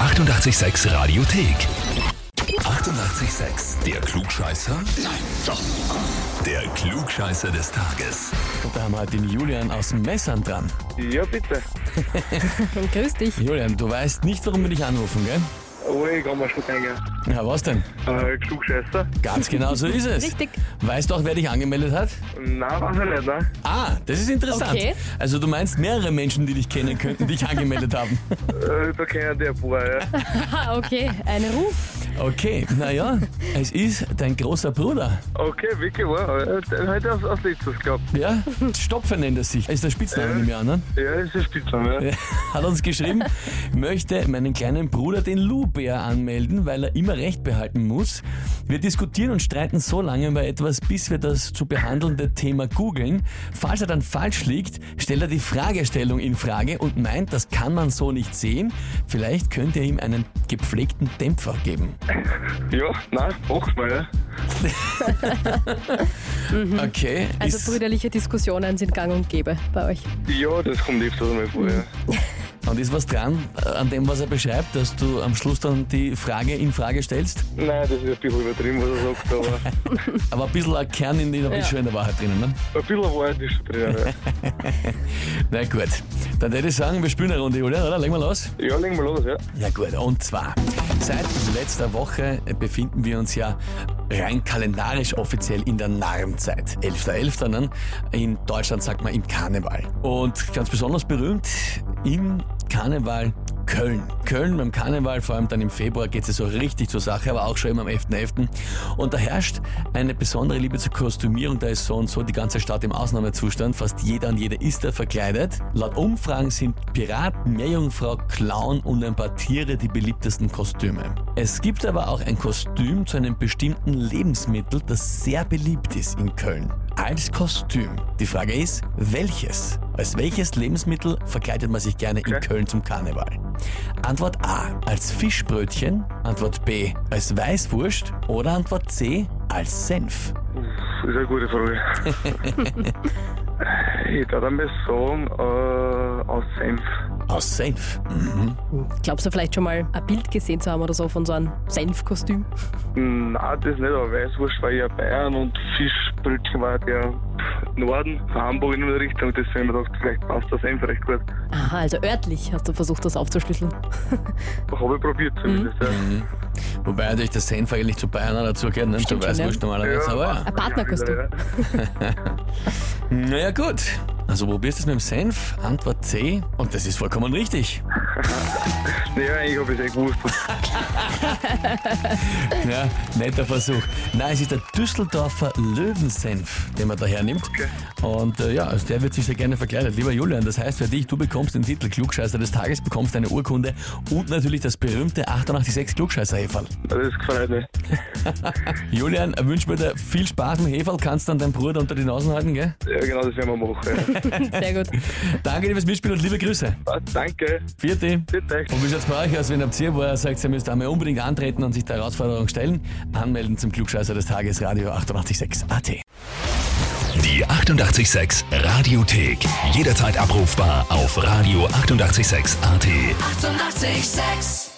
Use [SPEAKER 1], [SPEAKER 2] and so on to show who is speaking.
[SPEAKER 1] 886 Radiothek. 88,6. Der Klugscheißer? Nein, doch. Der Klugscheißer des Tages.
[SPEAKER 2] Und da haben wir halt den Julian aus dem Messern dran.
[SPEAKER 3] Ja, bitte.
[SPEAKER 4] Grüß dich.
[SPEAKER 2] Julian, du weißt nicht, warum wir dich anrufen, gell?
[SPEAKER 3] Oh, ich kann mir schon denken.
[SPEAKER 2] Na, was denn?
[SPEAKER 3] Äh, Klugscheißer?
[SPEAKER 2] Ganz genau so ist es.
[SPEAKER 4] Richtig.
[SPEAKER 2] Weißt du auch, wer dich angemeldet hat?
[SPEAKER 3] Nein, weiß ich nicht, ne?
[SPEAKER 2] Ah, das ist interessant.
[SPEAKER 4] Okay.
[SPEAKER 2] Also du meinst, mehrere Menschen, die dich kennen, könnten dich angemeldet haben.
[SPEAKER 3] Äh, da kennen die ein paar, ja.
[SPEAKER 4] Ah, okay. Ein Ruf.
[SPEAKER 2] Okay, naja, es ist dein großer Bruder.
[SPEAKER 3] Okay, wirklich wahr. Äh, Den hätte ich als, als letztes gehabt.
[SPEAKER 2] Ja? Stopfer nennt er sich. Ist der Spitzname im Jahr, ne?
[SPEAKER 3] Ja, das ist spitze, ja.
[SPEAKER 2] Hat uns geschrieben, möchte meinen kleinen Bruder den Lou-Bär anmelden, weil er immer Recht behalten muss. Wir diskutieren und streiten so lange über etwas, bis wir das zu behandelnde Thema googeln. Falls er dann falsch liegt, stellt er die Fragestellung in Frage und meint, das kann man so nicht sehen. Vielleicht könnt ihr ihm einen gepflegten Dämpfer geben.
[SPEAKER 3] Ja, nein, mach's mal, ja.
[SPEAKER 2] Okay.
[SPEAKER 4] Also
[SPEAKER 2] ist,
[SPEAKER 4] brüderliche Diskussionen sind gang und gäbe bei euch.
[SPEAKER 3] Ja, das kommt öfters mal vor, ja.
[SPEAKER 2] und ist was dran äh, an dem, was er beschreibt, dass du am Schluss dann die Frage in Frage stellst?
[SPEAKER 3] Nein, das ist ein bisschen übertrieben, was er sagt, aber ein
[SPEAKER 2] Aber ein bisschen ein Kern in, in, ist
[SPEAKER 4] Ja.
[SPEAKER 2] schon in der Wahrheit drinnen, ne?
[SPEAKER 3] bisschen Wahrheit ist schon drin, ja.
[SPEAKER 2] Na gut, dann würde ich sagen, wir spielen eine Runde, Julian, oder? Legen wir los.
[SPEAKER 3] Ja, legen wir los, ja.
[SPEAKER 2] Ja gut, und zwar, seit letzter Woche befinden wir uns ja rein kalendarisch offiziell in der Narrenzeit. 11.11. Ne? In Deutschland sagt man im Karneval. Und ganz besonders berühmt im Karneval Köln. Köln beim Karneval, vor allem dann im Februar geht es so richtig zur Sache, aber auch schon immer am 11.11. Und da herrscht eine besondere Liebe zur Kostümierung. Da ist so und so die ganze Stadt im Ausnahmezustand. Fast jeder und jede ist da verkleidet. Laut Umfragen sind Pirat, Meerjungfrau, Clown und ein paar Tiere die beliebtesten Kostüme. Es gibt aber auch ein Kostüm zu einem bestimmten Lebensmittel, das sehr beliebt ist in Köln. Als Kostüm. Die Frage ist, welches? Als welches Lebensmittel verkleidet man sich gerne in
[SPEAKER 3] Okay.
[SPEAKER 2] Köln zum Karneval? Antwort A als Fischbrötchen, Antwort B als Weißwurst oder Antwort C als Senf.
[SPEAKER 3] Das ist eine gute Frage. ich darf einmal sagen, äh, aus Senf.
[SPEAKER 2] Aus Senf. Mhm.
[SPEAKER 4] Glaubst du vielleicht schon mal ein Bild gesehen zu haben oder so von so einem Senfkostüm?
[SPEAKER 3] Hm, Nein, das nicht, aber Weißwurst war ja Bayern und Fischbrötchen war der Norden, Hamburg in der Richtung, deswegen habe ich gedacht, vielleicht passt das einfach recht gut.
[SPEAKER 4] Aha, also örtlich hast du versucht, das aufzuschlüsseln.
[SPEAKER 3] Habe ich probiert zumindest,
[SPEAKER 2] Wobei natürlich der Senf eigentlich zu Bayern dazugehört, ne? zur
[SPEAKER 4] Stimmt schon,
[SPEAKER 2] Weißwurst
[SPEAKER 3] ja.
[SPEAKER 2] normalerweise, aber ja.
[SPEAKER 4] Ein Partnerkostüm.
[SPEAKER 3] Ja,
[SPEAKER 2] Naja gut, also probierst du es mit dem Senf, Antwort C und das ist vollkommen richtig.
[SPEAKER 3] ja eigentlich habe ich es eh gewusst.
[SPEAKER 2] Ja, netter Versuch. Nein, es ist der Düsseldorfer Löwensenf, den man da hernimmt. Und äh, ja, also der wird sich sehr gerne verkleidet. Lieber Julian, das heißt für dich, du bekommst den Titel Klugscheißer des Tages, bekommst eine Urkunde und natürlich das berühmte 886 klugscheißer -Häferl.
[SPEAKER 3] Das gefällt mir.
[SPEAKER 2] Julian, wünsch mir dir viel Spaß mit Heferl, kannst dann deinen Bruder unter die Nasen halten, gell?
[SPEAKER 3] Ja, genau, das werden wir machen.
[SPEAKER 4] Sehr gut.
[SPEAKER 2] Danke dir fürs Mitspielen und liebe Grüße.
[SPEAKER 3] Ja. Danke,
[SPEAKER 2] Vierte.
[SPEAKER 3] bitte.
[SPEAKER 2] Und wie schaut's bei euch aus, wenn ihr habt hier, wo ihr sagt, ihr müsst einmal unbedingt antreten und sich der Herausforderung stellen? Anmelden zum Klugscheißer des Tages, Radio 886 AT.
[SPEAKER 1] Die 88,6 Radiothek. Jederzeit abrufbar auf radio886.at. 88,6.
[SPEAKER 5] Eighty-eight, sex.